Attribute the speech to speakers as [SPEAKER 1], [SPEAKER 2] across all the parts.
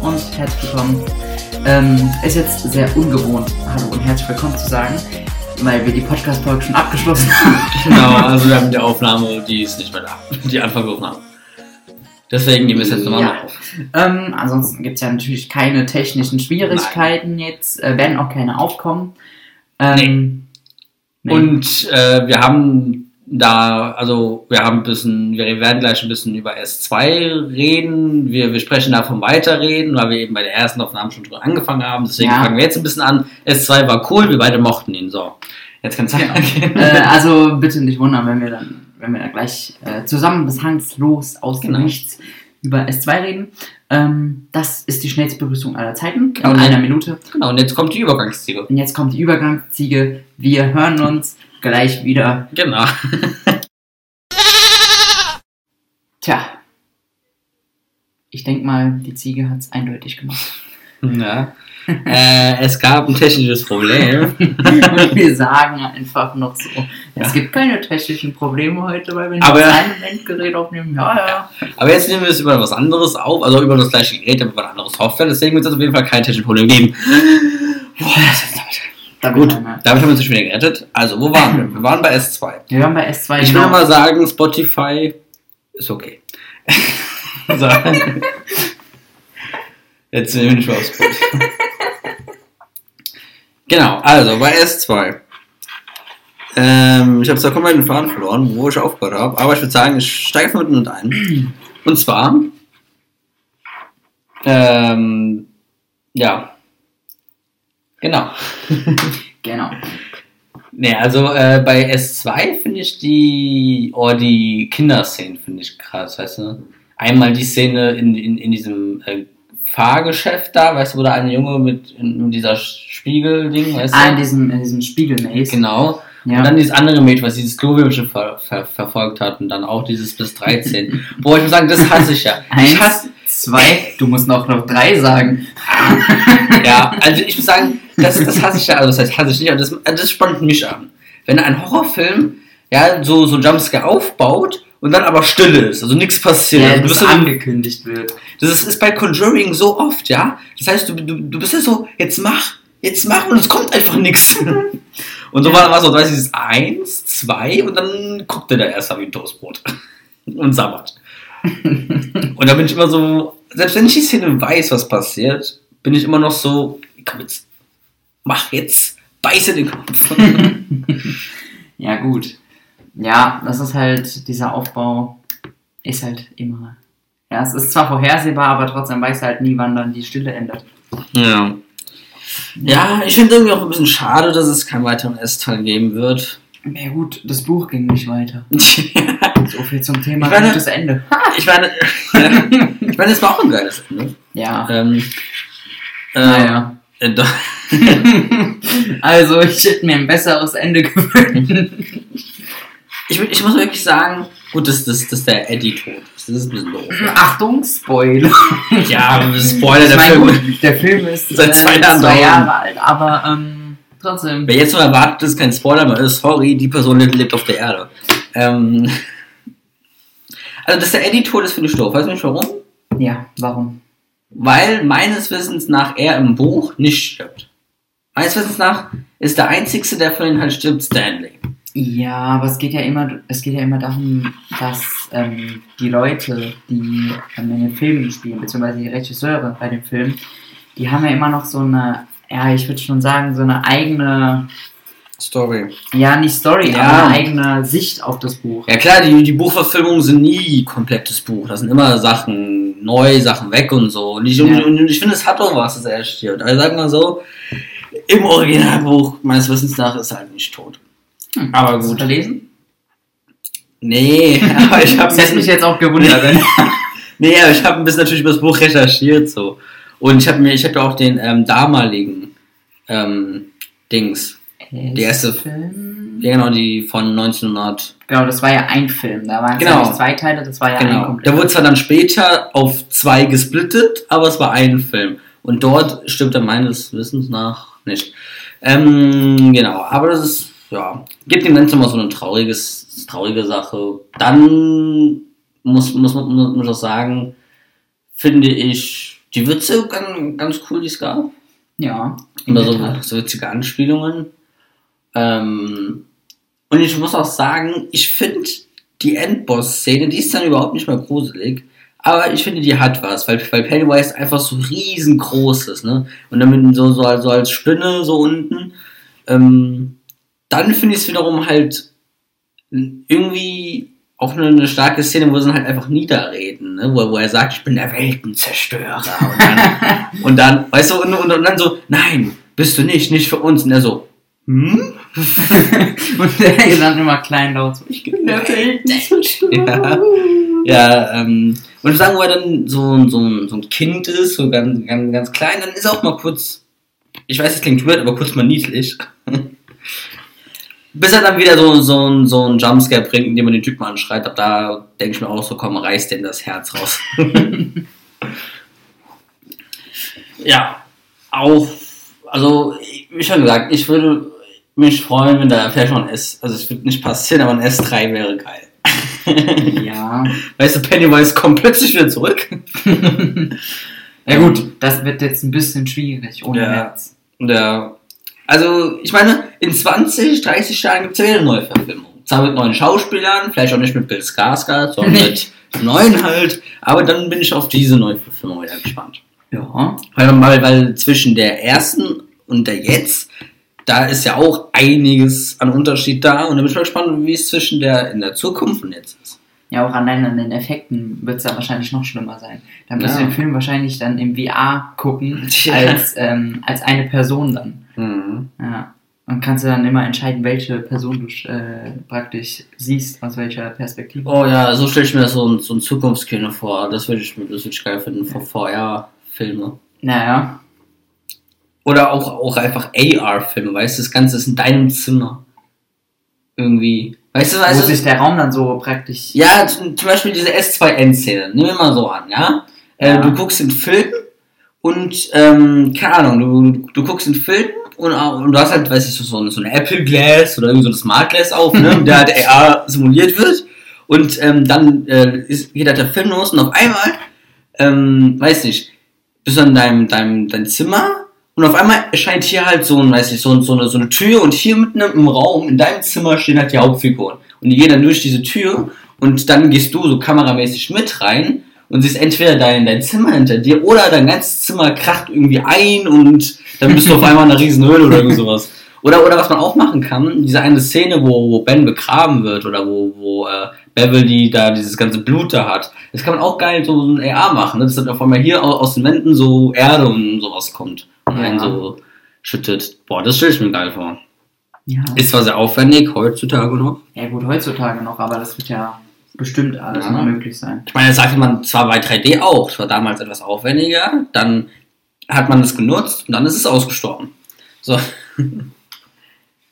[SPEAKER 1] und herzlich willkommen. Ähm, ist jetzt sehr ungewohnt, hallo und herzlich willkommen zu sagen, weil wir die Podcast-Folge schon abgeschlossen haben.
[SPEAKER 2] Genau, also wir haben die Aufnahme, die ist nicht mehr da. Die Anfangsaufnahme. Deswegen nehmen wir es jetzt nochmal
[SPEAKER 1] Ja.
[SPEAKER 2] auf.
[SPEAKER 1] Ähm, ansonsten gibt es ja natürlich keine technischen Schwierigkeiten jetzt, äh, werden auch keine aufkommen. Ähm, nee.
[SPEAKER 2] Und äh, wir haben da, also wir haben ein bisschen, wir werden gleich ein bisschen über S2 reden. Wir, wir sprechen davon weiterreden, weil wir eben bei der ersten Aufnahme schon drüber angefangen haben. Deswegen
[SPEAKER 1] Ja.
[SPEAKER 2] fangen wir jetzt ein bisschen an. S2 war cool, wir beide mochten ihn so. Jetzt kann es weitergehen.
[SPEAKER 1] äh, also bitte nicht wundern, wenn wir dann, wenn wir dann gleich äh, zusammen besangslos aus dem
[SPEAKER 2] Genau.
[SPEAKER 1] Nichts über S2 reden. Ähm, das ist die schnellste Begrüßung aller Zeiten, in
[SPEAKER 2] Und-
[SPEAKER 1] einer Minute.
[SPEAKER 2] Genau, und jetzt kommt die Übergangsziele.
[SPEAKER 1] Und jetzt kommt die Übergangsziege. Wir hören uns gleich wieder.
[SPEAKER 2] Genau.
[SPEAKER 1] Tja. Ich denke mal, die Ziege hat es eindeutig gemacht.
[SPEAKER 2] Ja. äh, es gab ein technisches Problem.
[SPEAKER 1] Und wir sagen einfach noch so, es
[SPEAKER 2] Ja.
[SPEAKER 1] gibt keine technischen Probleme heute, weil wir
[SPEAKER 2] Aber-
[SPEAKER 1] nur ein Endgerät aufnehmen. Ja, ja.
[SPEAKER 2] Aber jetzt nehmen wir es über was anderes auf, also über das gleiche Gerät, aber über eine andere Software. Deswegen wird es auf jeden Fall kein technisches Problem geben. Boah, das ist damit.
[SPEAKER 1] Da
[SPEAKER 2] Gut,
[SPEAKER 1] bin ich einmal.
[SPEAKER 2] damit haben wir uns schon wieder gerettet. Also, wo waren wir? Wir waren bei S2.
[SPEAKER 1] Wir hören bei S2
[SPEAKER 2] Ich würde
[SPEAKER 1] genau.
[SPEAKER 2] mal sagen, Spotify ist okay. so. Jetzt sind wir nicht mehr auf Spotify. genau, also bei S2. Ähm, ich habe zwar komplett den Faden verloren, wo ich aufgehört habe, aber ich würde sagen, ich steige einfach mitten und ein. Und zwar, ähm, ja, genau.
[SPEAKER 1] Genau.
[SPEAKER 2] Nee, also äh, bei S2 finde ich die, oh, die Kinderszenen finde ich krass, weißt du? Einmal die Szene in, in, in diesem äh, Fahrgeschäft da, weißt du, wo da ein Junge mit in, in dieser Spiegel-Ding, weißt du?
[SPEAKER 1] Ah, in diesem, in diesem Spiegelmaze.
[SPEAKER 2] genau.
[SPEAKER 1] Ja.
[SPEAKER 2] Und dann dieses andere Mädchen, was dieses Glühwürmchen ver, ver, verfolgt hat und dann auch dieses bis 13. Boah, ich muss sagen, das hasse ich ja. Ich hasse,
[SPEAKER 1] Eins, zwei, du musst noch, noch drei sagen.
[SPEAKER 2] Ja, also ich muss sagen, das, das hasse ich ja, also das heißt hasse ich nicht, aber das, das spannt mich an. Wenn ein Horrorfilm ja so, so Jumpscare aufbaut und dann aber still ist, also nichts passiert.
[SPEAKER 1] Ja,
[SPEAKER 2] also du
[SPEAKER 1] bis
[SPEAKER 2] bist so,
[SPEAKER 1] angekündigt wird.
[SPEAKER 2] das ist, ist bei Conjuring so oft, ja. Das heißt, du, du, du bist ja so, jetzt mach, jetzt mach und es kommt einfach nichts. Und so war war so, weißt du, dieses eins, zwei und dann guckt er da erst mal wie ein Toastbrot und sabbert. Und da bin ich immer so, selbst wenn ich die Szene weiß, was passiert, bin ich immer noch so, komm jetzt, mach jetzt, beiße den Kopf.
[SPEAKER 1] Ja, gut. Ja, das ist halt, dieser Aufbau ist halt immer. Ja, es ist zwar vorhersehbar, aber trotzdem weiß halt nie, wann dann die Stille endet.
[SPEAKER 2] Ja. Ja, ich finde irgendwie auch ein bisschen schade, dass es keinen weiteren S-Teil geben wird.
[SPEAKER 1] Ja, gut, das Buch ging nicht weiter. So viel zum Thema
[SPEAKER 2] Ich meine-
[SPEAKER 1] gutes Ende.
[SPEAKER 2] Ich meine, äh, ich meine, es war auch ein geiles Ende.
[SPEAKER 1] Ja.
[SPEAKER 2] Ähm, äh,
[SPEAKER 1] Naja.
[SPEAKER 2] äh, doch.
[SPEAKER 1] also, ich hätte mir ein besseres Ende gewünscht.
[SPEAKER 2] Ich, mu- ich muss wirklich sagen, gut, dass das, das der Eddie tot ist. Das ist ein bisschen doof.
[SPEAKER 1] Achtung, Spoiler.
[SPEAKER 2] Ja, Spoiler
[SPEAKER 1] Ich meine, gut, der Film ist äh,
[SPEAKER 2] Seit zwei Jahren
[SPEAKER 1] zwei
[SPEAKER 2] dauernd.
[SPEAKER 1] Jahre alt, aber ähm, trotzdem.
[SPEAKER 2] Wer jetzt noch erwartet, dass kein Spoiler mehr ist, sorry, die Person lebt, lebt auf der Erde. Ähm, also, dass der Eddie tot ist, finde ich doof. Weißt du nicht warum?
[SPEAKER 1] Ja, warum?
[SPEAKER 2] Weil meines Wissens nach er im Buch nicht stirbt. Meines Wissens nach ist der Einzige, der von denen halt stirbt, Stanley.
[SPEAKER 1] Ja, aber es geht ja immer, es geht ja immer darum, dass ähm, die Leute, die ähm, in den Filmen spielen, beziehungsweise die Regisseure bei den Filmen, die haben ja immer noch so eine, ja, ich würde schon sagen, so eine eigene,
[SPEAKER 2] Story.
[SPEAKER 1] ja, nicht Story,
[SPEAKER 2] Ja.
[SPEAKER 1] aber eine eigene Sicht auf das Buch.
[SPEAKER 2] Ja klar, die, die Buchverfilmungen sind nie komplettes Buch. Da sind immer Sachen neu, Sachen weg und so. Und ich,
[SPEAKER 1] Ja.
[SPEAKER 2] und ich finde, es hat doch was, dass er stirbt. Also sag mal so, im Originalbuch meines Wissens nach ist er halt nicht tot.
[SPEAKER 1] Hm,
[SPEAKER 2] Aber
[SPEAKER 1] Hast du
[SPEAKER 2] gut.
[SPEAKER 1] verlesen?
[SPEAKER 2] Nee, aber ich habe
[SPEAKER 1] Das hätte mich jetzt auch gewundert.
[SPEAKER 2] Nee, aber ich habe ein bisschen natürlich über das Buch recherchiert so. Und ich habe mir, ich habe ja auch den ähm, damaligen ähm, Dings, Der erste-
[SPEAKER 1] Film.
[SPEAKER 2] Ja, genau, die von 1900.
[SPEAKER 1] Genau, das war ja ein Film. Da waren es
[SPEAKER 2] Genau.
[SPEAKER 1] ja nicht zwei Teile, das war ja ein
[SPEAKER 2] Genau. Der
[SPEAKER 1] komplett.
[SPEAKER 2] wurde zwar dann später auf zwei gesplittet, aber es war ein Film. Und dort stimmt er meines Wissens nach nicht. Ähm, genau, aber das ist, ja, gibt dem Ganzen mal so eine trauriges, traurige Sache. Dann muss, muss, man- muss, muss ich auch sagen, finde ich die Witze ganz, ganz cool, die es gab.
[SPEAKER 1] Ja. in
[SPEAKER 2] Immer
[SPEAKER 1] der
[SPEAKER 2] so,
[SPEAKER 1] Tat.
[SPEAKER 2] so witzige Anspielungen. Ähm, und ich muss auch sagen, ich finde die Endboss-Szene, die ist dann überhaupt nicht mehr gruselig, aber ich finde, die hat was, weil, weil Pennywise einfach so riesengroß ist, ne? Und dann mit so, so, so als Spinne so unten. Ähm, dann finde ich es wiederum halt irgendwie auch eine, eine starke Szene, wo sie dann halt einfach niederreden, ne? wo, wo er sagt, ich bin der Weltenzerstörer. Und dann, und dann weißt du, und, und, und dann so, nein, bist du nicht, nicht für uns. Und er so, hm?
[SPEAKER 1] Und der dann immer kleinlaut so, ich bin der Welt.
[SPEAKER 2] Ja, ja ähm, und ich sagen, wo er dann so, so, ein- so ein Kind ist, so ganz, ganz, ganz klein, dann ist er auch mal kurz, ich weiß, es klingt weird, aber kurz mal niedlich. Bis er dann wieder so, so, ein- so ein Jumpscare bringt, indem man den Typen anschreit, ab da denke ich mir auch so, komm, reiß denn das Herz raus. ja, auch, also, wie schon gesagt, ich würde mich freuen, wenn da vielleicht noch ein S, also es wird nicht passieren, aber ein S3 wäre geil.
[SPEAKER 1] Ja.
[SPEAKER 2] Weißt du, Pennywise kommt plötzlich wieder zurück.
[SPEAKER 1] Ja gut, Ähm, das wird jetzt ein bisschen schwierig ohne
[SPEAKER 2] Ja.
[SPEAKER 1] Herz.
[SPEAKER 2] Ja. äh, Also, ich meine, in 20, 30 Jahren gibt es ja wieder eine neue Verfilmung. Zwar mit neuen Schauspielern, vielleicht auch nicht mit Bill Skarsgård, sondern
[SPEAKER 1] Nee.
[SPEAKER 2] mit neuen halt. Aber dann bin ich auf diese neue Verfilmung wieder gespannt.
[SPEAKER 1] Ja.
[SPEAKER 2] Weil, weil, weil zwischen der ersten und der jetzt, da ist ja auch einiges an Unterschied da. Und da bin ich mal gespannt, wie es zwischen der in der Zukunft und jetzt ist.
[SPEAKER 1] Ja, auch allein an den Effekten wird es ja wahrscheinlich noch schlimmer sein. Da müssen
[SPEAKER 2] Ja.
[SPEAKER 1] wir den Film wahrscheinlich dann im VR gucken,
[SPEAKER 2] Tja.
[SPEAKER 1] als, ähm, als eine Person dann.
[SPEAKER 2] Mhm.
[SPEAKER 1] Ja. Und kannst du dann immer entscheiden, welche Person du äh, praktisch siehst, aus welcher Perspektive.
[SPEAKER 2] Oh ja, so stelle ich mir das so ein, so ein Zukunftskino vor. Das würde ich, das würde ich geil finden, vor VR-Filme.
[SPEAKER 1] Naja.
[SPEAKER 2] Oder auch, auch einfach AR-Filme, weißt du, das Ganze ist in deinem Zimmer. Irgendwie. Weißt du,
[SPEAKER 1] Wo
[SPEAKER 2] weißt
[SPEAKER 1] sich
[SPEAKER 2] du?
[SPEAKER 1] der Raum dann so praktisch.
[SPEAKER 2] Also Ja, zum zum Beispiel diese S2N-Szene, nehmen wir mal so an, ja? Äh,
[SPEAKER 1] Ja.
[SPEAKER 2] Du guckst den Film und, ähm, keine Ahnung, du, du guckst den Film und, au- und du hast halt, weiß ich, so, so ein- so eine Apple Glass oder irgendwie so ein Smart Glass auf, ne? der halt AR simuliert wird. Und ähm, dann äh, ist, geht halt der Film los und auf einmal ähm, weiß nicht, bist du in deinem, deinem, deinem Zimmer und auf einmal erscheint hier halt so ein, weiß nicht, so, ein- so, eine, so eine Tür und hier mitten im Raum, in deinem Zimmer stehen halt die Hauptfiguren. Und die gehen dann durch diese Tür und dann gehst du so kameramäßig mit rein und siehst entweder dein, dein Zimmer hinter dir oder dein ganzes Zimmer kracht irgendwie ein und dann bist du auf einmal in einer riesen Höhle oder irgend sowas. Oder, oder was man auch machen kann, diese eine Szene, wo, wo Ben begraben wird oder wo, wo äh, Beverly da dieses ganze Blut da hat. Das kann man auch geil so ein AR machen, ne? dass dann auf einmal hier au- aus den Wänden so Erde und sowas kommt. Und einen
[SPEAKER 1] Ja.
[SPEAKER 2] so schüttet. Boah, das stelle ich mir geil vor.
[SPEAKER 1] Ja.
[SPEAKER 2] Ist zwar sehr aufwendig heutzutage noch.
[SPEAKER 1] Ja gut, heutzutage noch, aber das wird ja bestimmt alles
[SPEAKER 2] Ja.
[SPEAKER 1] noch möglich sein.
[SPEAKER 2] Ich meine, das sagte man zwar bei 3D auch, es war damals etwas aufwendiger, dann hat man es genutzt und dann ist es ausgestorben. So.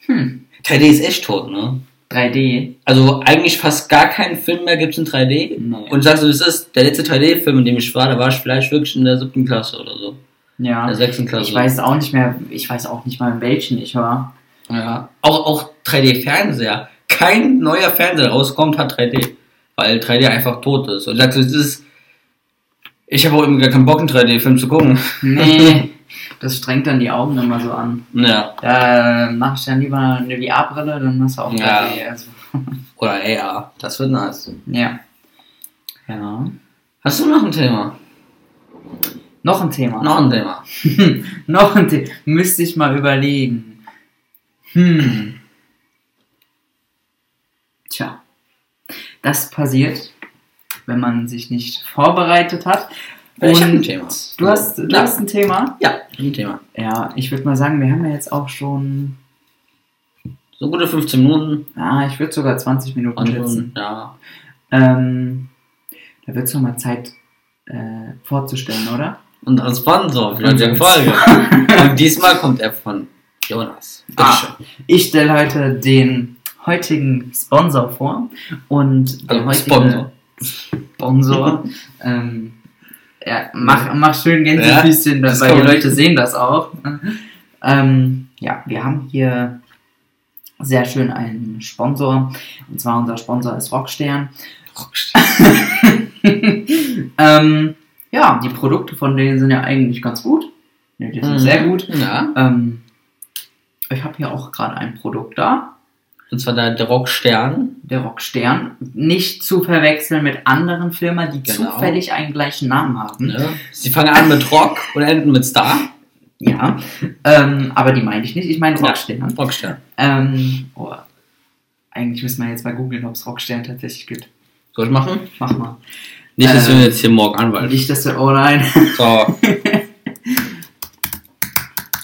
[SPEAKER 1] Hm.
[SPEAKER 2] 3D ist echt tot, ne?
[SPEAKER 1] 3D.
[SPEAKER 2] Also eigentlich fast gar keinen Film mehr gibt es in 3D.
[SPEAKER 1] Nee.
[SPEAKER 2] Und sagst du, das ist der letzte 3D-Film, in dem ich war, da war ich vielleicht wirklich in der siebten Klasse oder so. In
[SPEAKER 1] Ja.
[SPEAKER 2] der sechsten Klasse.
[SPEAKER 1] Ah, Ich weiß auch nicht mehr, ich weiß auch nicht mal, in welchen ich war.
[SPEAKER 2] Ja. Auch, auch 3D-Fernseher. Kein neuer Fernseher rauskommt, hat 3D. Weil 3D einfach tot ist. Und sagst du, es ist. Ich habe auch irgendwie gar keinen Bock, einen 3D-Film zu gucken.
[SPEAKER 1] Nee, das strengt dann die Augen immer so an.
[SPEAKER 2] Ja.
[SPEAKER 1] Da mache ich dann lieber eine VR-Brille, dann hast du auch 3D.
[SPEAKER 2] Ja.
[SPEAKER 1] Also,
[SPEAKER 2] Oder AR. Das wird nice.
[SPEAKER 1] ja.
[SPEAKER 2] Genau.
[SPEAKER 1] Ja.
[SPEAKER 2] Hast du noch ein Thema?
[SPEAKER 1] Noch ein Thema.
[SPEAKER 2] Noch ein Thema.
[SPEAKER 1] Noch ein Thema. Müsste ich mal überlegen. Hm. Tja. Das passiert, wenn man sich nicht vorbereitet hat.
[SPEAKER 2] Ich hab ein
[SPEAKER 1] Und
[SPEAKER 2] Thema.
[SPEAKER 1] Du hast, du
[SPEAKER 2] Ja.
[SPEAKER 1] hast ein Thema?
[SPEAKER 2] Ja, ein Thema.
[SPEAKER 1] Ja, ich würde mal sagen, wir haben ja jetzt auch schon,
[SPEAKER 2] So gute 15 Minuten.
[SPEAKER 1] ah, ich würde sogar 20 Minuten schätzen.
[SPEAKER 2] Und, ja.
[SPEAKER 1] Ähm, da wird es mal Zeit äh, vorzustellen, oder?
[SPEAKER 2] Und als Sponsor für die heutige
[SPEAKER 1] Unser
[SPEAKER 2] Folge. Und diesmal kommt er von Jonas.
[SPEAKER 1] Ah.
[SPEAKER 2] Bitteschön.
[SPEAKER 1] Ich stelle heute den heutigen Sponsor vor und der
[SPEAKER 2] Also,
[SPEAKER 1] heutige
[SPEAKER 2] Sponsor.
[SPEAKER 1] Sponsor ähm, ja, mach, mach schön Gänsefüßchen,
[SPEAKER 2] Ja, das
[SPEAKER 1] weil die
[SPEAKER 2] kommt.
[SPEAKER 1] Leute sehen das auch. Ähm, ja, wir haben hier sehr schön einen Sponsor und zwar unser Sponsor ist Rockstern. ähm, ja, die Produkte von denen sind ja eigentlich ganz gut. Ja, die
[SPEAKER 2] Mhm.
[SPEAKER 1] sind sehr gut.
[SPEAKER 2] Ja.
[SPEAKER 1] Ähm, ich habe hier auch gerade ein Produkt da,
[SPEAKER 2] Und zwar der, der Rockstern.
[SPEAKER 1] der Rockstern. Nicht zu verwechseln mit anderen Firmen, die
[SPEAKER 2] Genau.
[SPEAKER 1] zufällig einen gleichen Namen haben.
[SPEAKER 2] Ne? Sie fangen an mit Rock und enden mit Star.
[SPEAKER 1] Ja, ähm, aber die meine ich nicht. Ich meine
[SPEAKER 2] Ja.
[SPEAKER 1] Rockstern.
[SPEAKER 2] Rockstern.
[SPEAKER 1] Ähm, oh, eigentlich müssen wir jetzt mal googeln, ob es Rockstern tatsächlich gibt.
[SPEAKER 2] Soll ich machen? Äh.
[SPEAKER 1] Mach mal.
[SPEAKER 2] Nicht, dass
[SPEAKER 1] Ähm.
[SPEAKER 2] wir jetzt hier morgen anwalten.
[SPEAKER 1] Nicht, dass wir, oh nein.
[SPEAKER 2] So.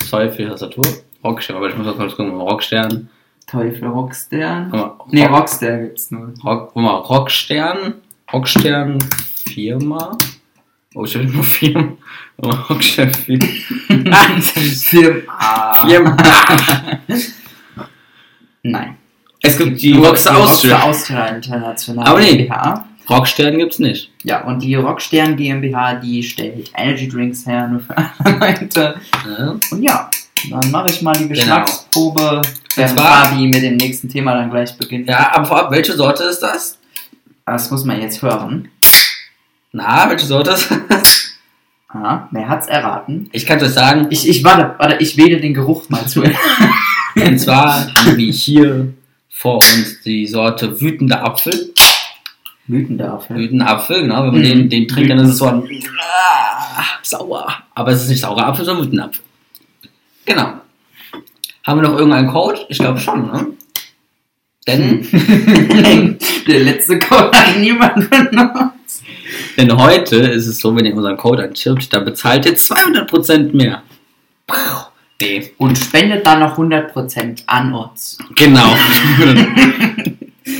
[SPEAKER 2] Sorry für die Tastatur. Rockstern, aber ich muss mal kurz gucken. Rockstern.
[SPEAKER 1] Teufel, Rockstern.
[SPEAKER 2] Guck mal,
[SPEAKER 1] Nee,
[SPEAKER 2] Rock-
[SPEAKER 1] Rockstern gibt's nur.
[SPEAKER 2] Rock, guck mal, Rockstern, Rockstern Firma. Oh, ich habe nur Firma. Oh, Rockstern Firma.
[SPEAKER 1] Firma.
[SPEAKER 2] Firma.
[SPEAKER 1] Nein.
[SPEAKER 2] Es gibt die Rockstar
[SPEAKER 1] Rockstar
[SPEAKER 2] Austria.
[SPEAKER 1] Austria International
[SPEAKER 2] Aber nee.
[SPEAKER 1] GmbH.
[SPEAKER 2] Rockstern gibt's nicht.
[SPEAKER 1] Ja, und die Rockstern GmbH, die stellt Energy Drinks her, nur für alle Leute.
[SPEAKER 2] Ne?
[SPEAKER 1] Und ja, dann mache ich mal die Geschmacksprobe, während
[SPEAKER 2] Genau. zwar-
[SPEAKER 1] Fabi mit dem nächsten Thema dann gleich beginnt.
[SPEAKER 2] Ja, aber vorab, welche Sorte ist das?
[SPEAKER 1] Das muss man jetzt hören.
[SPEAKER 2] Na, welche Sorte ist
[SPEAKER 1] Aha, Ah, wer hat's erraten?
[SPEAKER 2] Ich kann es euch sagen.
[SPEAKER 1] Ich, ich warte, warte, ich wähle den Geruch mal zu.
[SPEAKER 2] Und zwar haben wir hier vor uns die Sorte wütender Apfel.
[SPEAKER 1] Mythen dafür.
[SPEAKER 2] Wütender Apfel, genau. Wenn man
[SPEAKER 1] Mhm.
[SPEAKER 2] den, den trinkt, dann ist es so ein ah, sauer. Aber es ist nicht saurer Apfel, sondern wütender Apfel. Genau. Haben wir noch irgendeinen Code? Ich glaube schon, ne? Denn,
[SPEAKER 1] Der letzte Code hat niemand benutzt.
[SPEAKER 2] denn heute ist es so, wenn ihr unseren Code antippt, dann bezahlt ihr 200% mehr. Wow. Nee,
[SPEAKER 1] Und spendet dann noch 100% an uns.
[SPEAKER 2] genau.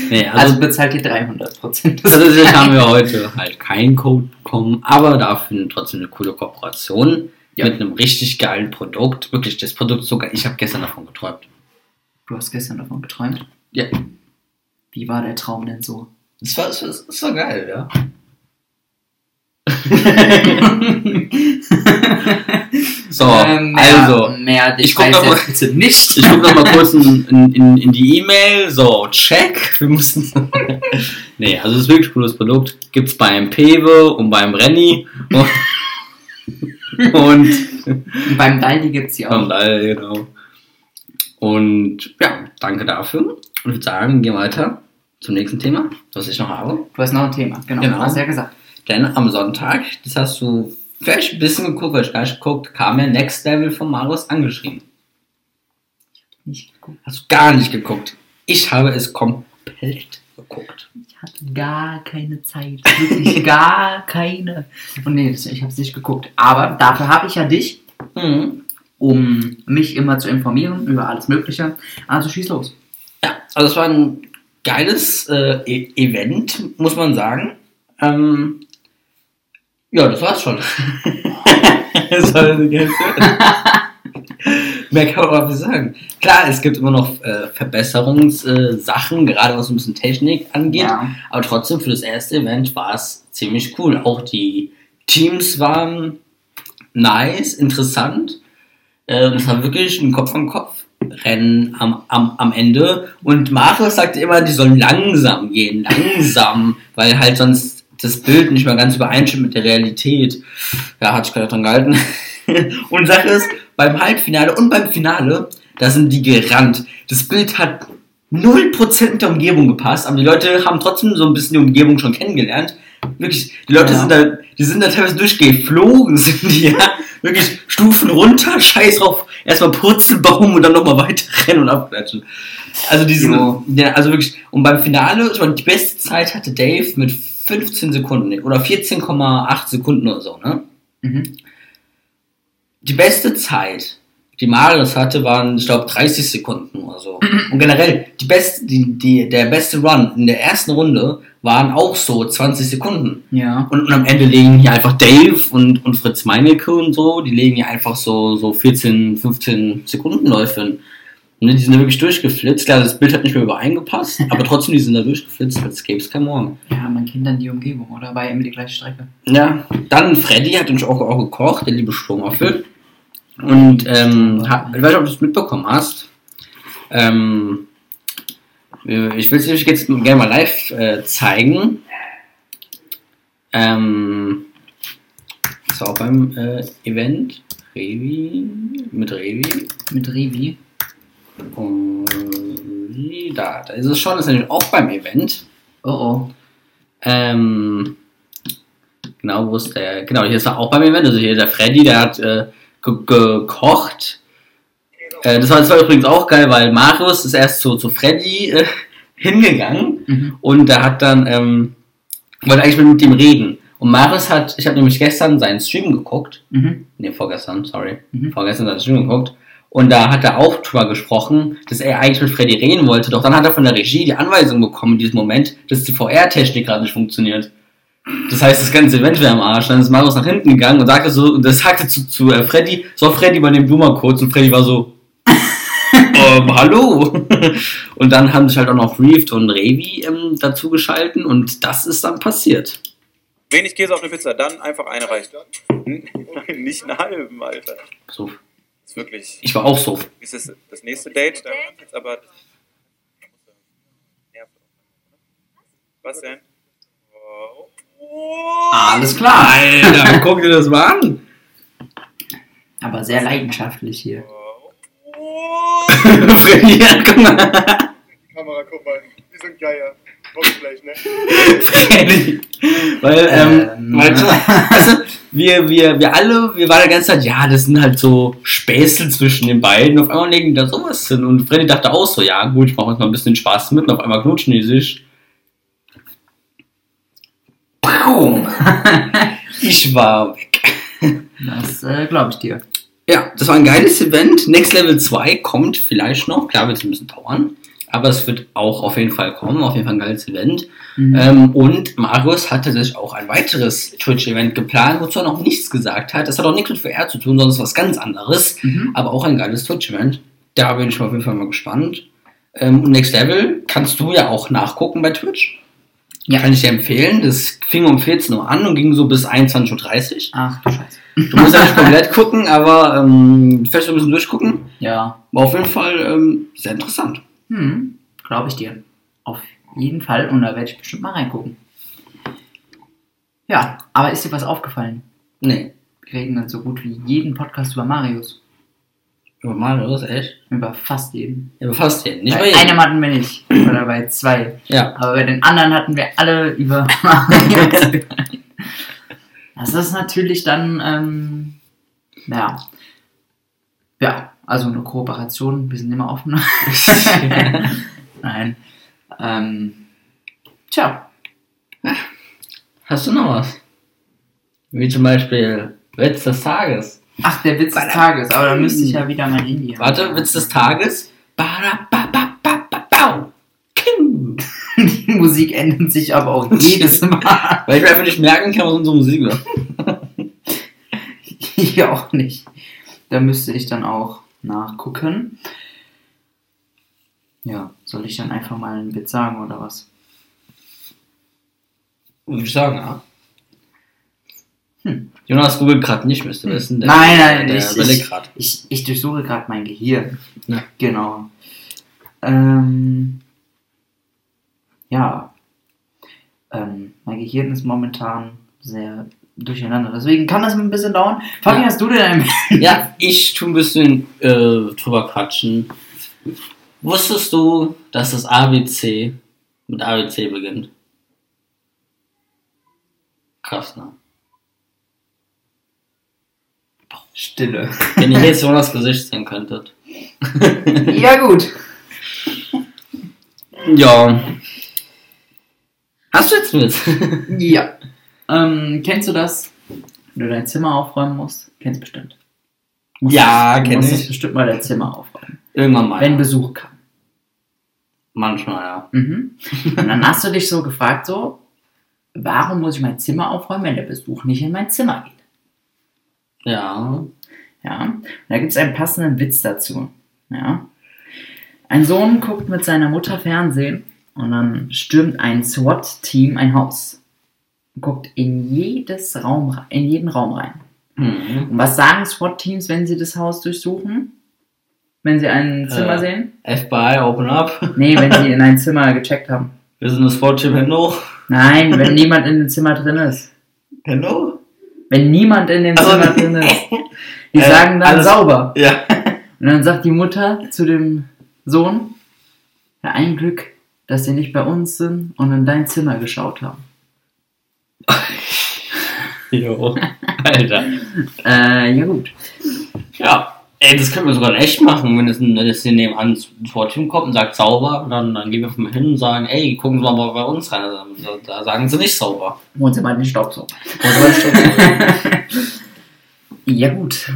[SPEAKER 2] nee, also,
[SPEAKER 1] Also, bezahlt ihr 300%.
[SPEAKER 2] Also tatsächlich haben wir heute halt keinen Code bekommen, aber dafür trotzdem eine coole Kooperation
[SPEAKER 1] Ja.
[SPEAKER 2] mit einem richtig geilen Produkt. Wirklich, das Produkt sogar, ich habe gestern davon geträumt.
[SPEAKER 1] Du hast gestern davon geträumt.
[SPEAKER 2] Ja,
[SPEAKER 1] Wie war der Traum denn so?
[SPEAKER 2] das war, das war, das war geil, ja. so,
[SPEAKER 1] Ähm, mehr,
[SPEAKER 2] also,
[SPEAKER 1] Mehr
[SPEAKER 2] ich guck
[SPEAKER 1] Details
[SPEAKER 2] noch mal-
[SPEAKER 1] jetzt bitte nicht.
[SPEAKER 2] ich gucke nochmal kurz in, in, in, in die E-Mail. So, check. Wir mussten. nee, also es ist wirklich cooles Produkt. Gibt's beim Pewe und beim Renny. Und, und
[SPEAKER 1] Beim Daldi gibt's die
[SPEAKER 2] Ja,
[SPEAKER 1] auch.
[SPEAKER 2] leider, genau. Und ja, danke dafür. Und ich würde sagen, gehen wir weiter zum nächsten Thema, was ich noch habe.
[SPEAKER 1] Du hast noch ein Thema, genau.
[SPEAKER 2] Genau.
[SPEAKER 1] Hast du ja gesagt.
[SPEAKER 2] Denn am Sonntag, das hast du vielleicht ein bisschen geguckt, weil ich gar nicht geguckt, kam ja Next Level von Marius angeschrieben.
[SPEAKER 1] Ich, guck-
[SPEAKER 2] Hast du gar nicht geguckt. Ich habe es komplett geguckt.
[SPEAKER 1] ich hatte gar keine Zeit. Wirklich gar keine. Und nee, das- ich habe es nicht geguckt. Aber dafür habe ich ja dich,
[SPEAKER 2] Mhm.
[SPEAKER 1] um mich immer zu informieren über alles Mögliche. Also schieß los.
[SPEAKER 2] Ja, also es war ein geiles äh, E- Event, muss man sagen. Ähm, ja, das war's schon. das war eine geile Story. Mehr kann man auch nicht sagen. Klar, es gibt immer noch äh, Verbesserungssachen, äh, gerade was ein bisschen Technik angeht.
[SPEAKER 1] Ja.
[SPEAKER 2] Aber trotzdem, für das erste Event war es ziemlich cool. Auch die Teams waren nice, interessant. Ähm, Es war wirklich ein Kopf an Kopf. Rennen am, am, am Ende. Und Marius sagte immer, die sollen langsam gehen, langsam, weil halt sonst das Bild nicht mehr ganz übereinstimmt mit der Realität. Ja, hat ich gerade dran gehalten. und Sache ist, beim Halbfinale und beim Finale, da sind die gerannt. Das Bild hat 0% der Umgebung gepasst, aber die Leute haben trotzdem so ein bisschen die Umgebung schon kennengelernt. Wirklich, die Leute
[SPEAKER 1] Ja.
[SPEAKER 2] sind da, Äh, die sind da teilweise durchgeflogen, sind die, ja. Wirklich Stufen runter, scheiß drauf, erstmal Purzelbaum und dann nochmal weiter rennen und abklatschen. Also diese,
[SPEAKER 1] Jo.
[SPEAKER 2] ja, also wirklich, und beim Finale, ich meine, die beste Zeit hatte Dave mit 15 Sekunden oder 14,8 Sekunden oder so, ne?
[SPEAKER 1] Mhm.
[SPEAKER 2] Die beste Zeit die Marius hatte, waren, ich glaube, 30 Sekunden oder so. Und generell, die best, die, die, der beste Run in der ersten Runde waren auch so 20 Sekunden.
[SPEAKER 1] Ja.
[SPEAKER 2] Und, und am Ende legen hier einfach Dave und, und Fritz Meinecke und so, die legen hier einfach so, so 14, 15 Sekundenläufe hin. Ne, die sind da wirklich durchgeflitzt. Klar, das Bild hat nicht mehr übereingepasst, aber trotzdem, die sind da durchgeflitzt, als gäbe es kein Morgen.
[SPEAKER 1] Ja, man kennt dann die Umgebung, oder? War ja immer die gleiche Strecke.
[SPEAKER 2] Ja, dann Freddy hat uns auch, auch gekocht, der liebe Sturmapfel. Und ähm, hat, ich weiß nicht, ob du es mitbekommen hast. Ähm, äh, ich will es euch jetzt gerne mal live äh, zeigen. Ähm, das war auch beim äh, Event. Revi, mit Revi.
[SPEAKER 1] Mit Revi.
[SPEAKER 2] Und da, da ist es schon, das ist nämlich auch beim Event.
[SPEAKER 1] Oh oh.
[SPEAKER 2] Ähm, genau, wo ist der? Genau, hier ist er auch beim Event. Also hier der Freddy, der hat äh, ge- gekocht. Äh, das, war, das war übrigens auch geil, weil Marius ist erst zu, zu Freddy äh, hingegangen
[SPEAKER 1] Mhm.
[SPEAKER 2] und der hat dann, ähm, wollte eigentlich mit ihm reden. Und Marius hat, ich habe nämlich gestern seinen Stream geguckt.
[SPEAKER 1] Mhm.
[SPEAKER 2] Ne, vorgestern, sorry.
[SPEAKER 1] Mhm.
[SPEAKER 2] Vorgestern hat er Stream geguckt. Und da hat er auch drüber gesprochen, dass er eigentlich mit Freddy reden wollte. Doch dann hat er von der Regie die Anweisung bekommen in diesem Moment, dass die VR-Technik gerade nicht funktioniert. Das heißt, das ganze Event wäre am Arsch. Dann ist Marius nach hinten gegangen und sagte so, und das sagte zu, zu äh, Freddy, so Freddy, übernehm du mal kurz. Und Freddy war so, ähm, hallo. und dann haben sich halt auch noch Reeft und Revi ähm, dazu geschalten und das ist dann passiert.
[SPEAKER 3] Wenig Käse auf eine Pizza, dann einfach eine reicht. Nicht einen halben, Alter.
[SPEAKER 2] So,
[SPEAKER 3] ist wirklich.
[SPEAKER 2] ich war auch so.
[SPEAKER 3] Ist es das nächste Date? Dann jetzt aber. Was denn?
[SPEAKER 2] Alles klar, Alter, guck dir das mal an.
[SPEAKER 1] Aber sehr leidenschaftlich hier.
[SPEAKER 2] Freddy hat gemacht.
[SPEAKER 4] Kamera, guck mal, die sind geier. Bock gleich, ne?
[SPEAKER 2] Freddy. Weil, ähm,
[SPEAKER 1] Ähm.
[SPEAKER 2] weil also, wir, wir, wir alle, wir waren die ganze Zeit, ja, das sind halt so Späßel zwischen den beiden. Auf einmal legen die da sowas hin. Und Freddy dachte auch so, ja, gut, ich mache jetzt mal ein bisschen Spaß mit. Und auf einmal knutschen die sich. Boom. Ich war weg.
[SPEAKER 1] Das äh, glaube ich dir.
[SPEAKER 2] Ja, das war ein geiles Event. Next Level 2 kommt vielleicht noch. Klar, wird es ein bisschen dauern. Aber es wird auch auf jeden Fall kommen. Auf jeden Fall ein geiles Event.
[SPEAKER 1] Mhm.
[SPEAKER 2] Ähm, und Marius hatte sich auch ein weiteres Twitch-Event geplant, wozu er noch nichts gesagt hat. Das hat auch nichts mit VR zu tun, sondern ist was ganz anderes.
[SPEAKER 1] Mhm.
[SPEAKER 2] Aber auch ein geiles Twitch-Event. Da bin ich auf jeden Fall mal gespannt. Ähm, und Next Level kannst du ja auch nachgucken bei Twitch.
[SPEAKER 1] Ja.
[SPEAKER 2] Kann ich dir empfehlen. Das fing um 14 Uhr an und ging so bis 21.30
[SPEAKER 1] Ach du Scheiße.
[SPEAKER 2] Uhr. Du musst ja nicht komplett gucken, aber ähm, vielleicht so ein bisschen durchgucken.
[SPEAKER 1] Ja.
[SPEAKER 2] War auf jeden Fall ähm, sehr interessant.
[SPEAKER 1] Hm. Glaube ich dir. Auf jeden Fall. Und da werde ich bestimmt mal reingucken. Ja, aber ist dir was aufgefallen?
[SPEAKER 2] Nee,
[SPEAKER 1] Wir reden dann so gut wie jeden Podcast über Marius.
[SPEAKER 2] über Marius, echt?
[SPEAKER 1] Über fast jeden.
[SPEAKER 2] Ja, aber fast jeden. Nicht
[SPEAKER 1] bei
[SPEAKER 2] bei jedem.
[SPEAKER 1] einem hatten wir nicht. Oder bei zwei.
[SPEAKER 2] Ja.
[SPEAKER 1] Aber bei den anderen hatten wir alle über Marius. das ist natürlich dann, ähm, ja. Ja, also eine Kooperation. Wir sind immer offen. Nein. Ähm, tja,
[SPEAKER 2] Hast du noch was? Wie zum Beispiel Witz des Tages.
[SPEAKER 1] ach, der Witz des Tages, aber da müsste ich ja wieder mein Handy haben.
[SPEAKER 2] Warte, Witz des Tages. Ba-da-ba-ba-ba-ba-bau. Kim.
[SPEAKER 1] Die Musik ändert sich aber auch jedes Mal.
[SPEAKER 2] Weil ich mir einfach nicht merken kann, was unsere Musik war.
[SPEAKER 1] Ich auch nicht. Da müsste ich dann auch nachgucken. Ja, soll ich dann einfach mal einen Witz sagen oder was?
[SPEAKER 2] Würde ich sagen, ja.
[SPEAKER 1] Hm.
[SPEAKER 2] Jonas googelt gerade nicht, müsst ihr wissen.
[SPEAKER 1] Nein, nein,
[SPEAKER 2] der
[SPEAKER 1] ich-
[SPEAKER 2] überlegt gerade.
[SPEAKER 1] Ich, ich durchsuche gerade mein Gehirn.
[SPEAKER 2] Ja.
[SPEAKER 1] Genau. Ähm, ja. Ähm, mein Gehirn ist momentan sehr durcheinander. Deswegen kann das ein bisschen dauern. Fabian,
[SPEAKER 2] Ja.
[SPEAKER 1] hast du denn ein
[SPEAKER 2] Ja, ich tu ein bisschen äh, drüber quatschen. Wusstest du, dass das ABC mit ABC beginnt? Krass, ne?
[SPEAKER 1] Stille.
[SPEAKER 2] Wenn ihr jetzt Jonas Gesicht sehen könntet.
[SPEAKER 1] Ja, gut.
[SPEAKER 2] Ja. Hast du jetzt mit?
[SPEAKER 1] Ja. Ähm, kennst du das? Wenn du dein Zimmer aufräumen musst, kennst du bestimmt. Muss
[SPEAKER 2] Ja,
[SPEAKER 1] ich-
[SPEAKER 2] kenn
[SPEAKER 1] muss
[SPEAKER 2] ich.
[SPEAKER 1] ich bestimmt mal dein Zimmer aufräumen.
[SPEAKER 2] Irgendwann mal.
[SPEAKER 1] Wenn Besuch kam.
[SPEAKER 2] Manchmal, ja.
[SPEAKER 1] Mhm. Und dann hast du dich so gefragt, so, warum muss ich mein Zimmer aufräumen, wenn der Besuch nicht in mein Zimmer geht?
[SPEAKER 2] Ja.
[SPEAKER 1] Ja, und da gibt es einen passenden Witz dazu. Ja. Ein Sohn guckt mit seiner Mutter Fernsehen und dann stürmt ein SWAT-Team ein Haus. Und guckt in, jedes Raum, re- in jeden Raum rein.
[SPEAKER 2] Mhm.
[SPEAKER 1] Und was sagen SWAT-Teams, wenn sie das Haus durchsuchen? Wenn sie ein Zimmer
[SPEAKER 2] Äh.
[SPEAKER 1] sehen?
[SPEAKER 2] FBI, open up.
[SPEAKER 1] Nee, wenn sie in ein Zimmer gecheckt haben.
[SPEAKER 2] Wir sind das Sportchip Hello.
[SPEAKER 1] Nein, wenn niemand in dem Zimmer drin ist.
[SPEAKER 2] Hello?
[SPEAKER 1] Wenn niemand in dem
[SPEAKER 2] Also,
[SPEAKER 1] Zimmer drin ist. Die
[SPEAKER 2] Äh,
[SPEAKER 1] sagen dann
[SPEAKER 2] alles-
[SPEAKER 1] sauber.
[SPEAKER 2] Ja.
[SPEAKER 1] Und dann sagt die Mutter zu dem Sohn, ja, ein Glück, dass sie nicht bei uns sind und in dein Zimmer geschaut haben.
[SPEAKER 2] Jo. Alter.
[SPEAKER 1] Äh, ja gut.
[SPEAKER 2] Ja. Ey, das können wir sogar in echt machen, wenn es, wenn es hier nebenan ein Sportteam kommt und sagt sauber, dann, dann gehen wir von hin und sagen, ey, gucken Sie mal bei- bei uns rein. Da, da sagen sie nicht sauber.
[SPEAKER 1] Holen Sie mal den Staubsauger. Ja gut.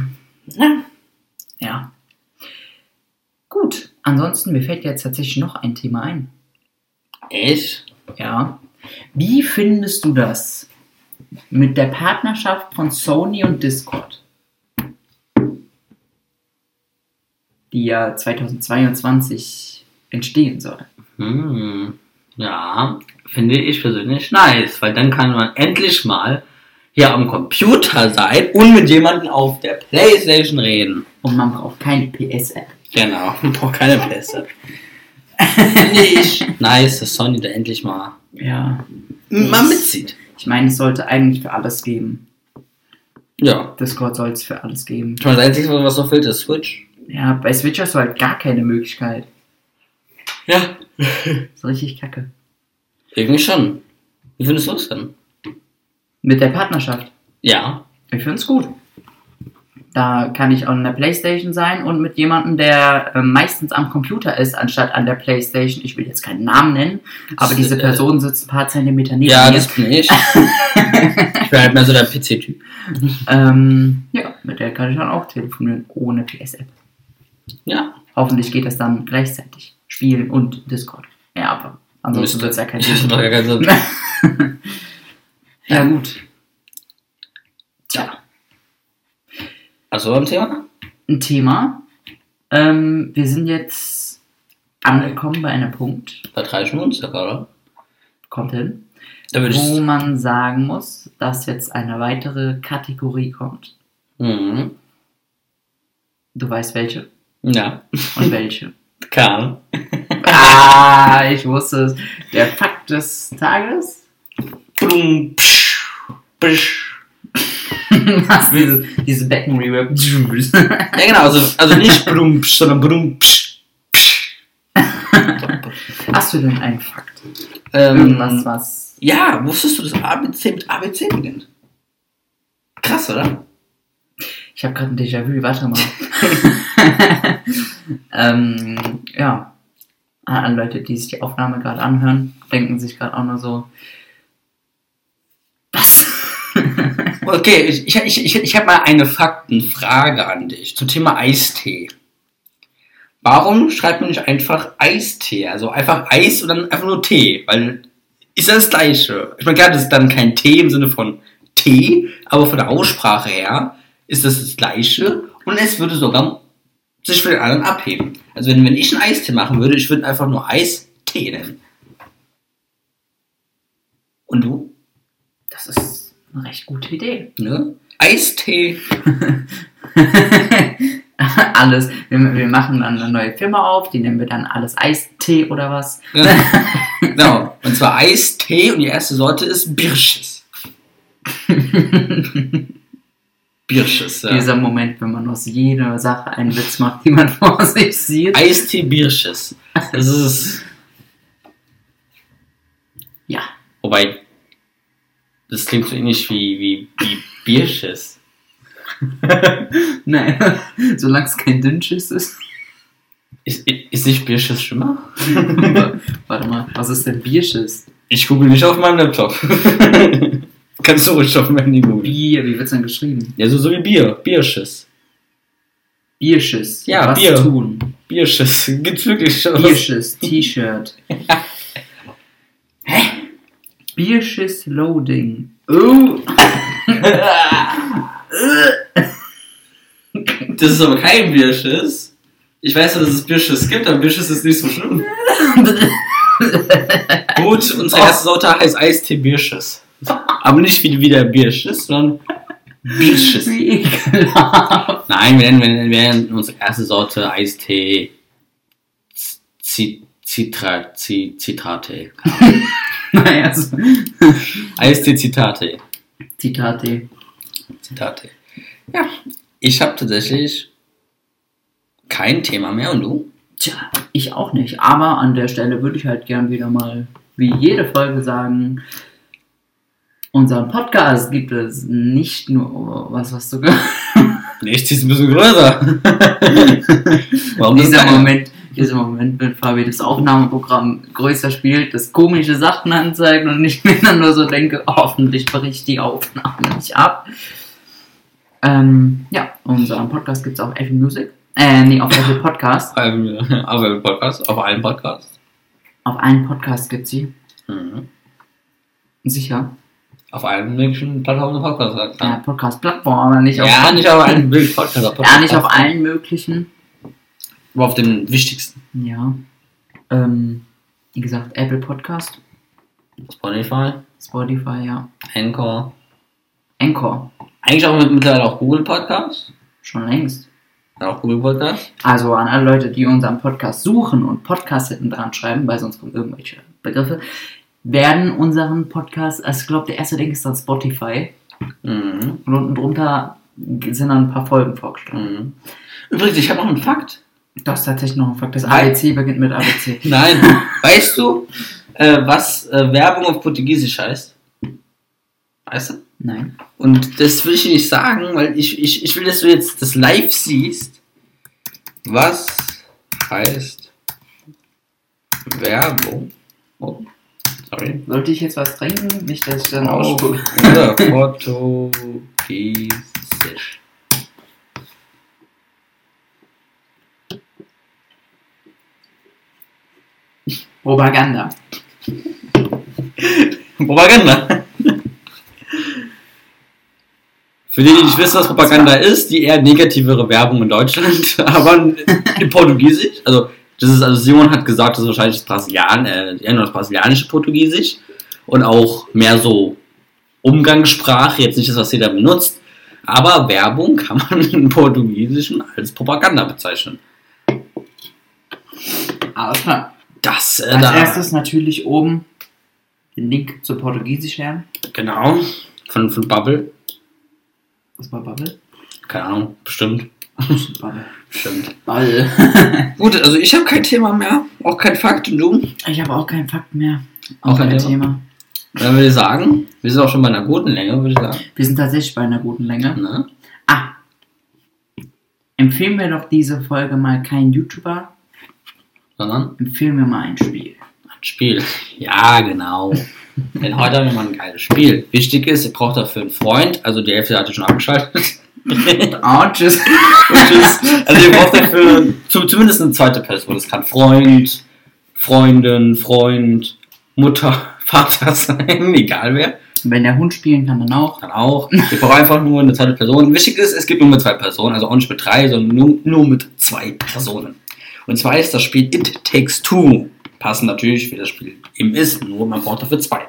[SPEAKER 2] Ja.
[SPEAKER 1] Ja. Gut. Ansonsten, mir fällt jetzt tatsächlich noch ein Thema ein.
[SPEAKER 2] Echt?
[SPEAKER 1] Ja. Wie findest du das mit der Partnerschaft von Sony und Discord? Die ja 2022 entstehen soll.
[SPEAKER 2] Hm, ja, finde ich persönlich nice, weil dann kann man endlich mal hier am Computer sein und mit jemandem auf der Playstation reden.
[SPEAKER 1] Und man braucht keine PS-App.
[SPEAKER 2] Genau, man braucht keine Pässe. finde ich nice, dass Sony da endlich mal,
[SPEAKER 1] Ja.
[SPEAKER 2] mal mitzieht.
[SPEAKER 1] Ich meine, es sollte eigentlich für alles geben.
[SPEAKER 2] Ja.
[SPEAKER 1] Discord soll es für alles geben.
[SPEAKER 2] Ich meine, das Einzige, was noch fehlt, ist Switch.
[SPEAKER 1] Ja, bei Switch hast du halt gar keine Möglichkeit.
[SPEAKER 2] Ja.
[SPEAKER 1] ist richtig kacke.
[SPEAKER 2] Irgendwie schon. Wie findest du es denn?
[SPEAKER 1] Mit der Partnerschaft.
[SPEAKER 2] Ja.
[SPEAKER 1] Ich finde es gut. Da kann ich an der Playstation sein und mit jemandem, der äh, meistens am Computer ist, anstatt an der Playstation. Ich will jetzt keinen Namen nennen, aber
[SPEAKER 2] Das,
[SPEAKER 1] diese
[SPEAKER 2] äh,
[SPEAKER 1] Person sitzt ein paar Zentimeter neben
[SPEAKER 2] Ja,
[SPEAKER 1] mir.
[SPEAKER 2] das bin ich. ich bin halt mehr so der PC-Typ.
[SPEAKER 1] Ähm, ja, mit der kann ich dann auch telefonieren, ohne PS-App.
[SPEAKER 2] Ja.
[SPEAKER 1] Hoffentlich geht das dann gleichzeitig. Spielen und Discord. Ja, aber ansonsten wird es ja kein
[SPEAKER 2] Das ist doch
[SPEAKER 1] Sinn.
[SPEAKER 2] gar kein Sinn.
[SPEAKER 1] Ja, gut.
[SPEAKER 2] Tja. Hast du noch ein Thema?
[SPEAKER 1] ein Thema. Ähm, wir sind jetzt angekommen bei einem Punkt,
[SPEAKER 2] Vertreiben wir uns ja gerade.
[SPEAKER 1] kommt hin,
[SPEAKER 2] Da würde
[SPEAKER 1] wo
[SPEAKER 2] ich.
[SPEAKER 1] man sagen muss, dass jetzt eine weitere Kategorie kommt.
[SPEAKER 2] Mhm.
[SPEAKER 1] Du weißt welche
[SPEAKER 2] Ja,
[SPEAKER 1] und welche.
[SPEAKER 2] kann.
[SPEAKER 1] ah, ich wusste es. Der Fakt des Tages.
[SPEAKER 2] Blum, psch, psch.
[SPEAKER 1] Was, dieses, dieses Becken Reverb.
[SPEAKER 2] Ja, genau, also, also nicht blum, psch, sondern blum, psch.
[SPEAKER 1] Hast du denn einen Fakt?
[SPEAKER 2] Ähm,
[SPEAKER 1] Irgendwas, was.
[SPEAKER 2] Ja, wusstest du, dass ABC mit ABC beginnt? Krass, oder?
[SPEAKER 1] Ich habe gerade ein Déjà-vu, warte mal. ähm, ja. Ah, An Leute, die sich die Aufnahme gerade anhören, denken sich gerade auch nur so. Was?
[SPEAKER 2] Okay, ich, ich, ich, ich, ich habe mal eine Faktenfrage an dich zum Thema Eistee. Warum schreibt man nicht einfach Eistee? Also einfach Eis und dann einfach nur Tee, weil ist ja das gleiche. Ich meine, klar, das ist dann kein Tee im Sinne von Tee, aber von der Aussprache her ist das das gleiche und es würde sogar sich von den anderen abheben. Also wenn, wenn ich einen Eistee machen würde, ich würde einfach nur Eistee nennen. Und du?
[SPEAKER 1] Das ist eine recht gute Idee.
[SPEAKER 2] Ne? Eistee.
[SPEAKER 1] alles. Wir, wir machen dann eine neue Firma auf, die nennen wir dann alles Eistee oder was.
[SPEAKER 2] genau. Und zwar Eistee und die erste Sorte ist Birsches. Birsches, ja.
[SPEAKER 1] Dieser Moment, wenn man aus jeder Sache einen Witz macht, die man vor sich sieht.
[SPEAKER 2] Eistee Birsches. Das ist.
[SPEAKER 1] Ja.
[SPEAKER 2] Wobei. Das klingt so ähnlich wie, wie, wie Birsches.
[SPEAKER 1] Nein, solange es kein Dünnschiss ist.
[SPEAKER 2] Ist, ist nicht Birsches schlimmer?
[SPEAKER 1] Warte mal, was ist denn Bierschiss?
[SPEAKER 2] Ich google nicht auf meinem Laptop. Kannst du ruhig auf meinem Handy googeln.
[SPEAKER 1] Bier, wie wird's denn geschrieben?
[SPEAKER 2] Ja, so, so wie Bier. Birsches.
[SPEAKER 1] Bierschiss.
[SPEAKER 2] Ja,
[SPEAKER 1] was
[SPEAKER 2] Bier.
[SPEAKER 1] tun.
[SPEAKER 2] Bierschiss. Gibt's wirklich schon was?
[SPEAKER 1] Bierschiss, T-Shirt. Hä? Bierschiss Loading. Oh.
[SPEAKER 2] Das ist aber kein Bierschiss. Ich weiß ja, dass es Bierschiss gibt, aber Bierschiss ist nicht so schlimm. Gut, unser erstes Sauter heißt Eistee Bierschiss. Aber nicht wie, wie der Bierschiss, sondern Bierschiss.
[SPEAKER 1] Wie ekelhaft.
[SPEAKER 2] Nein, wir nennen, wir nennen, wir nennen unsere erste Sorte Eistee Z- Z- Zitra, Z- Zitate.
[SPEAKER 1] Naja, so.
[SPEAKER 2] Eistee Zitate.
[SPEAKER 1] Zitate.
[SPEAKER 2] Zitate. Ja, ich habe tatsächlich kein Thema mehr und du?
[SPEAKER 1] Tja, ich auch nicht. Aber an der Stelle würde ich halt gern wieder mal, wie jede Folge sagen, unseren Podcast gibt es nicht nur, oh, was was sogar.
[SPEAKER 2] Nee, ich zieh's ein bisschen größer. Warum das
[SPEAKER 1] dieser
[SPEAKER 2] kleiner?
[SPEAKER 1] Moment, dieser Moment, wenn Fabi das Aufnahmeprogramm größer spielt, das komische Sachen anzeigt und ich mir dann nur so denke, hoffentlich bricht die Aufnahme nicht ab. Ähm, ja, unseren Podcast gibt es auf Apple Music. Äh, nee, auf Apple Podcast.
[SPEAKER 2] Ähm, Auf einem Podcast, auf allen Podcasts.
[SPEAKER 1] Auf allen Podcasts gibt sie.
[SPEAKER 2] Mhm.
[SPEAKER 1] Sicher.
[SPEAKER 2] Auf allen möglichen Plattformen Podcasts.
[SPEAKER 1] Ja, äh, Podcast-Plattform, aber nicht auf,
[SPEAKER 2] ja, nicht auf allen möglichen Podcasts.
[SPEAKER 1] ja, nicht auf allen möglichen.
[SPEAKER 2] Aber auf den wichtigsten.
[SPEAKER 1] Ja. Ähm, wie gesagt, Apple Podcast,
[SPEAKER 2] Spotify,
[SPEAKER 1] Spotify, ja.
[SPEAKER 2] Anchor.
[SPEAKER 1] Anchor,
[SPEAKER 2] Eigentlich auch mit, mittlerweile auch Google Podcast.
[SPEAKER 1] schon längst.
[SPEAKER 2] Auch Google Podcast.
[SPEAKER 1] Also an alle Leute, die unseren Podcast suchen und Podcast hinten dran schreiben, weil sonst kommen irgendwelche Begriffe, werden unseren Podcast, also ich glaube, der erste Link ist dann Spotify
[SPEAKER 2] Mhm.
[SPEAKER 1] und unten drunter sind dann ein paar Folgen vorgestellt.
[SPEAKER 2] Mhm. Übrigens, ich habe noch einen Fakt.
[SPEAKER 1] Das ist tatsächlich noch ein Fakt. Das
[SPEAKER 2] Weil-
[SPEAKER 1] ABC beginnt mit ABC.
[SPEAKER 2] Nein. weißt du, äh, was äh, Werbung auf Portugiesisch heißt? Weißt du?
[SPEAKER 1] Nein.
[SPEAKER 2] Und das will ich dir nicht sagen, weil ich, ich, ich will, dass du jetzt das live siehst. Was heißt Werbung? Oh, sorry.
[SPEAKER 1] Sollte ich jetzt was trinken? Nicht, dass ich dann
[SPEAKER 2] Auf
[SPEAKER 1] ausspucke.
[SPEAKER 2] oder Portugiesisch.
[SPEAKER 1] Propaganda.
[SPEAKER 2] Propaganda. Für die, die nicht wissen, was Propaganda ist, die eher negativere Werbung in Deutschland, aber in Portugiesisch. Also, das ist, also Simon hat gesagt, das ist wahrscheinlich das, Brasilian, äh, eher nur das brasilianische Portugiesisch und auch mehr so Umgangssprache, jetzt nicht das, was jeder benutzt, aber Werbung kann man im Portugiesischen als Propaganda bezeichnen.
[SPEAKER 1] Alles klar.
[SPEAKER 2] Das, äh,
[SPEAKER 1] Ah, Als
[SPEAKER 2] da,
[SPEAKER 1] erstes natürlich oben den Link zu Portugiesisch her.
[SPEAKER 2] genau, von, von Bubble,
[SPEAKER 1] Was war Bubble?
[SPEAKER 2] keine Ahnung, bestimmt,
[SPEAKER 1] Bubble.
[SPEAKER 2] bestimmt.
[SPEAKER 1] Bubble.
[SPEAKER 2] Gut, also ich habe kein Thema mehr, auch kein Fakt und du.
[SPEAKER 1] Ich habe auch keinen Fakt mehr.
[SPEAKER 2] Auch kein
[SPEAKER 1] Thema.
[SPEAKER 2] Dann würde ich sagen, wir sind auch schon bei einer guten Länge, würde ich sagen.
[SPEAKER 1] Wir sind tatsächlich bei einer guten Länge.
[SPEAKER 2] Ne?
[SPEAKER 1] Ah. Empfehlen wir doch diese Folge mal keinen YouTuber,
[SPEAKER 2] Sondern
[SPEAKER 1] empfehlen wir mal ein Spiel.
[SPEAKER 2] ein Spiel. Ja, genau. Denn heute haben wir mal ein geiles Spiel. Wichtig ist, ihr braucht dafür einen Freund. Also die Hälfte hatte schon abgeschaltet.
[SPEAKER 1] Oh, tschüss.
[SPEAKER 2] Tschüss. Also ihr braucht dafür zu, zumindest eine zweite Person. Das kann Freund, Freundin, Freund, Mutter, Vater sein, egal wer.
[SPEAKER 1] Wenn der Hund spielen kann, dann auch.
[SPEAKER 2] Kann auch. Ich brauche einfach nur eine zweite Person. Wichtig ist, es gibt nur mit zwei Personen, also auch nicht mit drei, sondern nur, nur mit zwei Personen. Und zwar ist das Spiel It Takes Two. Passend natürlich, wie das Spiel eben ist, nur man braucht dafür zwei.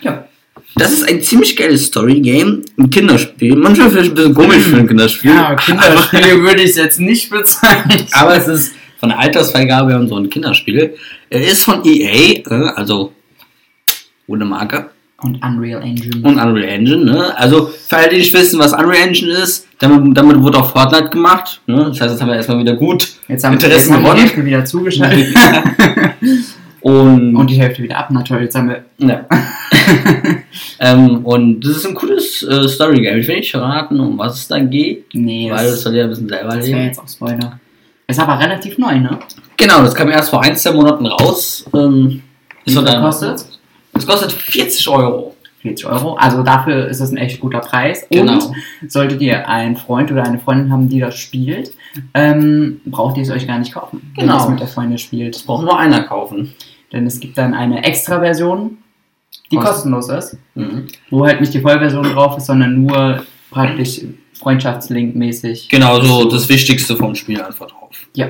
[SPEAKER 1] Ja.
[SPEAKER 2] Das ist ein ziemlich geiles Story-Game, ein Kinderspiel. Manchmal finde ich ein bisschen komisch für ein Kinderspiel.
[SPEAKER 1] Ja, Kinderspiele würde ich es jetzt nicht bezeichnen.
[SPEAKER 2] Aber es ist von der Altersfreigabe und so ein Kinderspiel. Er ist von EA, äh, also ohne Marke.
[SPEAKER 1] Und Unreal Engine.
[SPEAKER 2] Und Unreal Engine, ne? Also, für alle, die nicht wissen, was Unreal Engine ist, damit, damit wurde auch Fortnite gemacht. Ne? Das heißt, jetzt haben wir erstmal wieder gut
[SPEAKER 1] jetzt haben, jetzt
[SPEAKER 2] Interessen
[SPEAKER 1] haben wir die
[SPEAKER 2] gewonnen.
[SPEAKER 1] Hälfte wieder zugeschaltet
[SPEAKER 2] Und,
[SPEAKER 1] und die Hälfte wieder ab. Natürlich, jetzt haben wir
[SPEAKER 2] ja. ähm, und das ist ein cooles äh, Story-Game. Ich will nicht verraten, um was es dann geht,
[SPEAKER 1] Nee,
[SPEAKER 2] weil das
[SPEAKER 1] das,
[SPEAKER 2] soll ja ein bisschen selber
[SPEAKER 1] das wäre
[SPEAKER 2] leben.
[SPEAKER 1] jetzt auch Spoiler. Ist aber relativ neu, ne?
[SPEAKER 2] Genau, das kam erst vor ein, zwei Monaten raus. Ähm,
[SPEAKER 1] Wie
[SPEAKER 2] von
[SPEAKER 1] viel
[SPEAKER 2] deinem-
[SPEAKER 1] kostet's?
[SPEAKER 2] Das kostet 40 Euro.
[SPEAKER 1] 40 Euro. Also dafür ist das ein echt guter Preis.
[SPEAKER 2] Genau.
[SPEAKER 1] Und solltet ihr einen Freund oder eine Freundin haben, die das spielt, ähm, braucht ihr es euch gar nicht kaufen, wenn ihr
[SPEAKER 2] Genau.
[SPEAKER 1] es mit der Freundin spielt.
[SPEAKER 2] Braucht nur einer kaufen.
[SPEAKER 1] Denn es gibt dann eine Extra-Version, die
[SPEAKER 2] Aus-
[SPEAKER 1] kostenlos ist,
[SPEAKER 2] Mhm.
[SPEAKER 1] wo halt nicht die Vollversion drauf ist, sondern nur praktisch Freundschaftslink-mäßig.
[SPEAKER 2] Genau, so das Wichtigste vom Spiel einfach drauf.
[SPEAKER 1] Ja.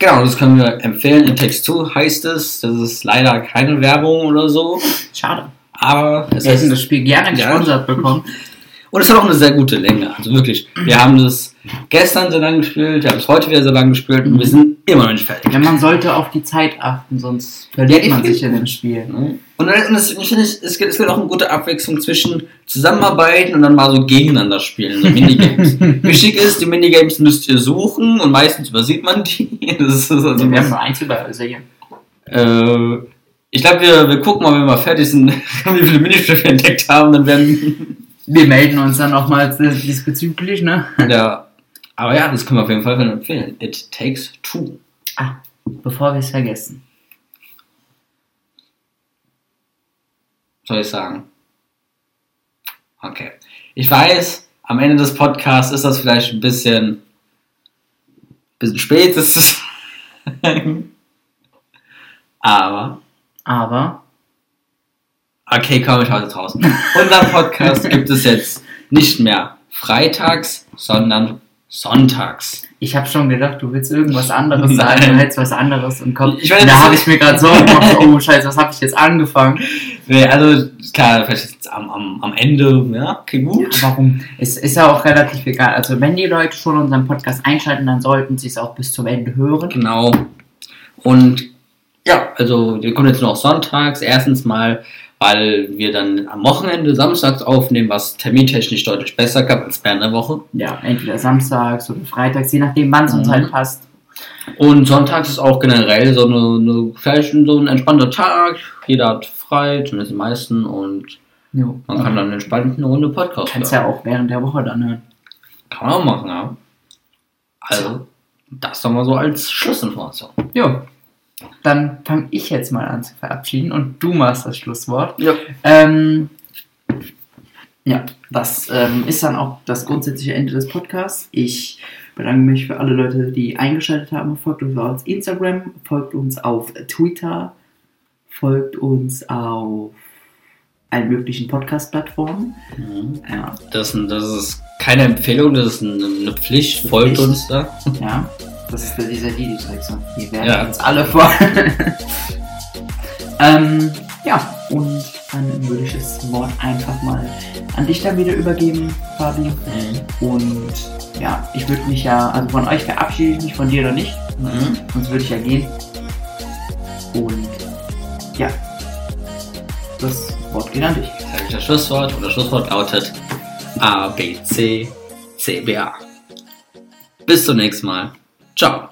[SPEAKER 2] Genau, das können wir empfehlen. In Text 2 heißt es, das ist leider keine Werbung oder so,
[SPEAKER 1] Schade.
[SPEAKER 2] aber es
[SPEAKER 1] Wir hätten
[SPEAKER 2] ist,
[SPEAKER 1] das Spiel gerne
[SPEAKER 2] Ja.
[SPEAKER 1] gesponsert bekommen.
[SPEAKER 2] und es hat auch eine sehr gute Länge. Also wirklich, wir haben das gestern so lange gespielt, wir haben es heute wieder so lange gespielt und wir sind immer noch nicht fertig.
[SPEAKER 1] Ja, man sollte auf die Zeit achten, sonst verliert
[SPEAKER 2] Ja,
[SPEAKER 1] man sich
[SPEAKER 2] definitiv.
[SPEAKER 1] in dem Spiel.
[SPEAKER 2] Ne? Und dann- und das, ich finde, es es gibt, es gibt auch eine gute Abwechslung zwischen Zusammenarbeiten und dann mal so gegeneinander spielen, so Minigames. Wichtig ist, die Minigames müsst ihr suchen und meistens übersieht man die. Das ist also
[SPEAKER 1] Also wir haben nur eins übersehen.
[SPEAKER 2] Äh, ich glaube, wir, wir gucken mal, wenn wir mal fertig sind, wie viele Minispiele wir entdeckt haben, dann werden.
[SPEAKER 1] Wir melden uns dann nochmal diesbezüglich, ne?
[SPEAKER 2] ja. Aber ja, das können wir auf jeden Fall empfehlen. It takes two.
[SPEAKER 1] Ah, bevor wir es vergessen.
[SPEAKER 2] soll ich sagen. Okay. Ich weiß, am Ende des Podcasts ist das vielleicht ein bisschen, bisschen spät, das ist Aber,
[SPEAKER 1] Aber
[SPEAKER 2] okay, komm, ich hau jetzt raus. Unseren Podcast gibt es jetzt nicht mehr freitags, sondern sonntags.
[SPEAKER 1] ich habe schon gedacht, du willst irgendwas anderes sagen,
[SPEAKER 2] Nein.
[SPEAKER 1] du hättest was anderes im Kopf.
[SPEAKER 2] Ich werde
[SPEAKER 1] da
[SPEAKER 2] jetzt-
[SPEAKER 1] habe ich mir gerade Sorgen gemacht, oh Scheiße, was habe ich jetzt angefangen?
[SPEAKER 2] Nee, also, klar, vielleicht ist es am, am, am Ende, ja, okay, gut.
[SPEAKER 1] Warum? Es ist ja auch relativ egal. Also wenn die Leute schon unseren Podcast einschalten, dann sollten sie es auch bis zum Ende hören.
[SPEAKER 2] Genau. Und ja, also wir kommen jetzt nur noch sonntags. Erstens mal, weil wir dann am Wochenende samstags aufnehmen, was termintechnisch deutlich besser klappt als während der Woche.
[SPEAKER 1] Ja, entweder samstags oder freitags, je nachdem, wann es uns
[SPEAKER 2] Mhm.
[SPEAKER 1] halt passt.
[SPEAKER 2] Und sonntags ist auch generell so, eine, eine, vielleicht so ein entspannter Tag. Jeder hat frei, zumindest die meisten. Und
[SPEAKER 1] Jo.
[SPEAKER 2] man kann dann entspannt eine Runde Podcast
[SPEAKER 1] Kannst ja auch während der Woche dann hören.
[SPEAKER 2] Kann man auch machen, ja. Also, das nochmal so als Schlussinformation.
[SPEAKER 1] Jo. Dann fange ich jetzt mal an zu verabschieden und du machst das Schlusswort.
[SPEAKER 2] Ja.
[SPEAKER 1] Ähm, ja, das ähm, ist dann auch das grundsätzliche Ende des Podcasts. Ich bedanke mich für alle Leute, die eingeschaltet haben. Folgt uns auf Instagram, folgt uns auf Twitter, folgt uns auf allen möglichen Podcast-Plattformen.
[SPEAKER 2] Mhm.
[SPEAKER 1] Ja,
[SPEAKER 2] Das, ist- das ist keine Empfehlung, das ist eine, eine Pflicht. Folgt
[SPEAKER 1] Pflicht.
[SPEAKER 2] uns da.
[SPEAKER 1] ja. Das ist der- dieser Didi-Drecksong. Wir werden
[SPEAKER 2] Ja.
[SPEAKER 1] uns alle vor. ähm, ja, und dann würde ich das Wort einfach mal an dich dann wieder übergeben, Fabi.
[SPEAKER 2] Mhm.
[SPEAKER 1] Und ja, ich würde mich ja, also von euch verabschiede ich mich, von dir noch nicht.
[SPEAKER 2] Mhm.
[SPEAKER 1] Sonst würde ich ja gehen. Und ja, das Wort geht an dich.
[SPEAKER 2] Jetzt habe ich das Schlusswort und das Schlusswort lautet A, B, C, C, B, A. Bis zum nächsten Mal. Ciao.